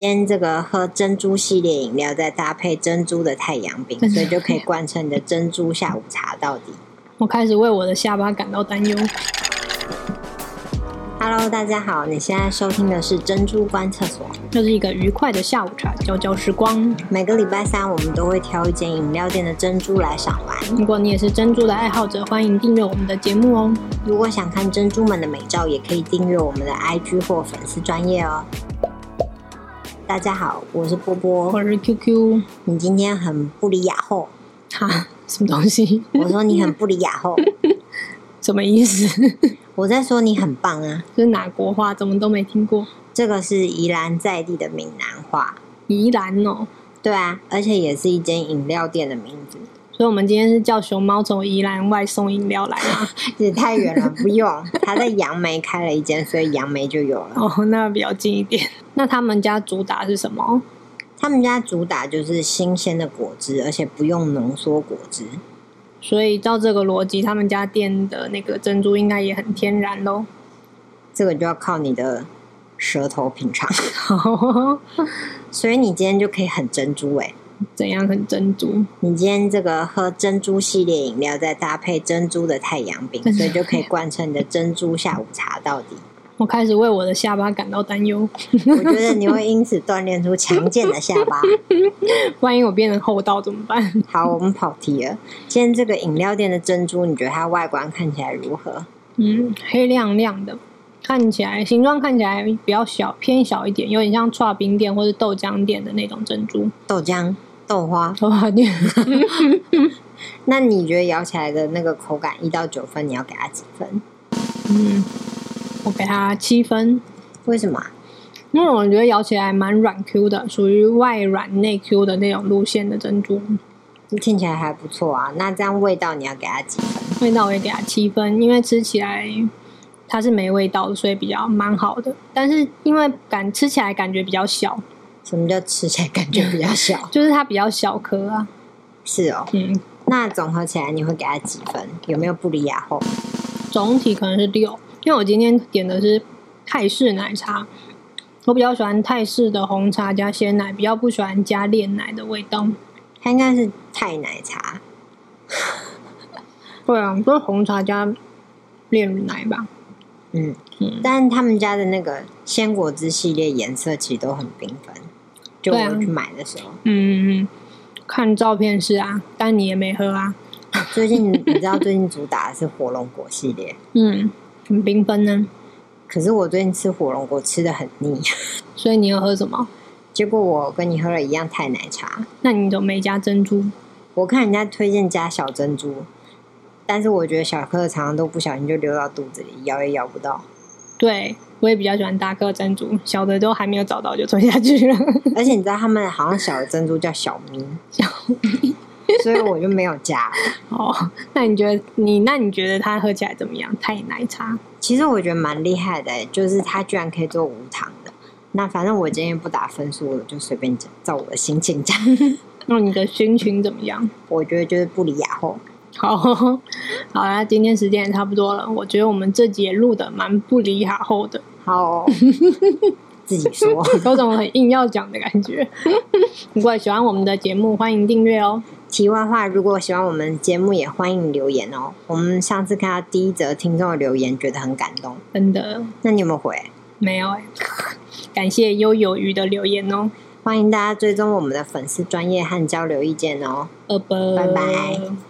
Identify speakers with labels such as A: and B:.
A: 先这个喝珍珠系列饮料，再搭配珍珠的太阳饼，
B: 珍珠
A: 所以就可以贯彻你的珍珠下午茶到底。
B: 我开始为我的下巴感到担忧。
A: Hello，大家好，你现在收听的是珍珠观厕所。
B: 这是一个愉快的下午茶，交交时光。
A: 每个礼拜三，我们都会挑一间饮料店的珍珠来赏玩。
B: 如果你也是珍珠的爱好者，欢迎订阅我们的节目哦。
A: 如果想看珍珠们的美照，也可以订阅我们的 IG 或粉丝专业哦。大家好，我是波波
B: 我。是 QQ，
A: 你今天很不理雅后，
B: 哈，什么东西？
A: 我说你很不理雅后，
B: 什么意思？
A: 我在说你很棒啊。
B: 这是哪国话？怎么都没听过？
A: 这个是宜兰在地的闽南话，
B: 宜兰哦。
A: 对啊，而且也是一间饮料店的名字，
B: 所以我们今天是叫熊猫从宜兰外送饮料来啊。
A: 也太远了，不用。他在杨梅开了一间，所以杨梅就有了。
B: 哦，那比较近一点。那他们家主打是什么？
A: 他们家主打就是新鲜的果汁，而且不用浓缩果汁。
B: 所以照这个逻辑，他们家店的那个珍珠应该也很天然 喽。
A: 这个就要靠你的舌头品尝， 所以你今天就可以很珍珠诶、
B: 怎样很珍珠？
A: 你今天这个喝珍珠系列饮料，再搭配珍珠的太阳饼，所以就可以贯彻你的珍珠下午茶到底。
B: 我开始为我的下巴感到担忧，
A: 我觉得你会因此锻炼出强健的下巴。
B: 万一我变成厚道怎么办？
A: 好，我们跑题了。今天这个饮料店的珍珠，你觉得它外观看起来如何？
B: 嗯，黑亮亮的，看起来形状看起来比较小，偏小一点，有点像串冰店或是豆浆店的那种珍珠。嗯
A: 豆浆、豆花，
B: 豆花店
A: 那你觉得咬起来的那个口感，一到九分，你要给它几分？
B: 嗯，我给它七分，
A: 为什么啊？
B: 因为我觉得咬起来蛮软 Q 的，属于外软内 Q 的那种路线的珍珠。
A: 嗯听起来还不错啊。那这样味道你要给它几分？
B: 味道我也给它七分，因为吃起来它是没味道的，所以比较蛮好的。但是因为感吃起来感觉比较小，？
A: 什么叫吃起来感觉比较小
B: 就是它比较小颗啊。
A: 是哦。
B: 嗯，
A: 那总合起来你会给它几分？有没有不离哦雅后？
B: 总体可能是六，因为我今天点的是泰式奶茶，我比较喜欢泰式的红茶加鲜奶，比较不喜欢加炼奶的味道。
A: 它应该是泰奶茶，
B: 对啊，就是红茶加炼奶吧。
A: 嗯，
B: 嗯，
A: 但他们家的那个鲜果汁系列颜色其实都很缤纷。就
B: 对啊
A: 我去买的时候，
B: 嗯，看照片是啊，但你也没喝啊。
A: 最近你知道最近主打的是火龙果系列，
B: 嗯，很缤纷呢。
A: 可是我最近吃火龙果吃的很腻，
B: 所以你要喝什么？
A: 结果我跟你喝了一样泰奶茶，
B: 那你怎么没加珍珠？
A: 我看人家推荐加小珍珠，但是我觉得小颗的常常都不小心就溜到肚子里，咬也咬不到，
B: 对我也比较喜欢大颗珍珠，小的都还没有找到就吞下去了。
A: 而且你知道他们好像小的珍珠叫小咪，
B: 小
A: 咪，所以我就没有加。
B: 哦， 那你觉得你那你觉得它喝起来怎么样？太奶茶
A: 其实我觉得蛮厉害的、欸就是它居然可以做无糖的。那反正我今天不打分数，我就随便讲，照我的心情讲。
B: 那你的心情怎么样？
A: 我觉得就是不理雅后，
B: 好，好啦，今天时间也差不多了，我觉得我们这集也录的蛮不离哈后的，
A: 好哦、 自己说。
B: 有种很硬要讲的感觉。 如果喜欢我们的节目，欢迎订阅哦。
A: 题外话，如果喜欢我们节目，也欢迎留言哦。我们上次看到第一则听众的留言，觉得很感动。
B: 真的
A: 那你有没有回？
B: 没有哎、 感谢悠悠鱼的留言哦，
A: 欢迎大家追踪我们的粉丝专业和交流意见哦。
B: 呃不，
A: 拜拜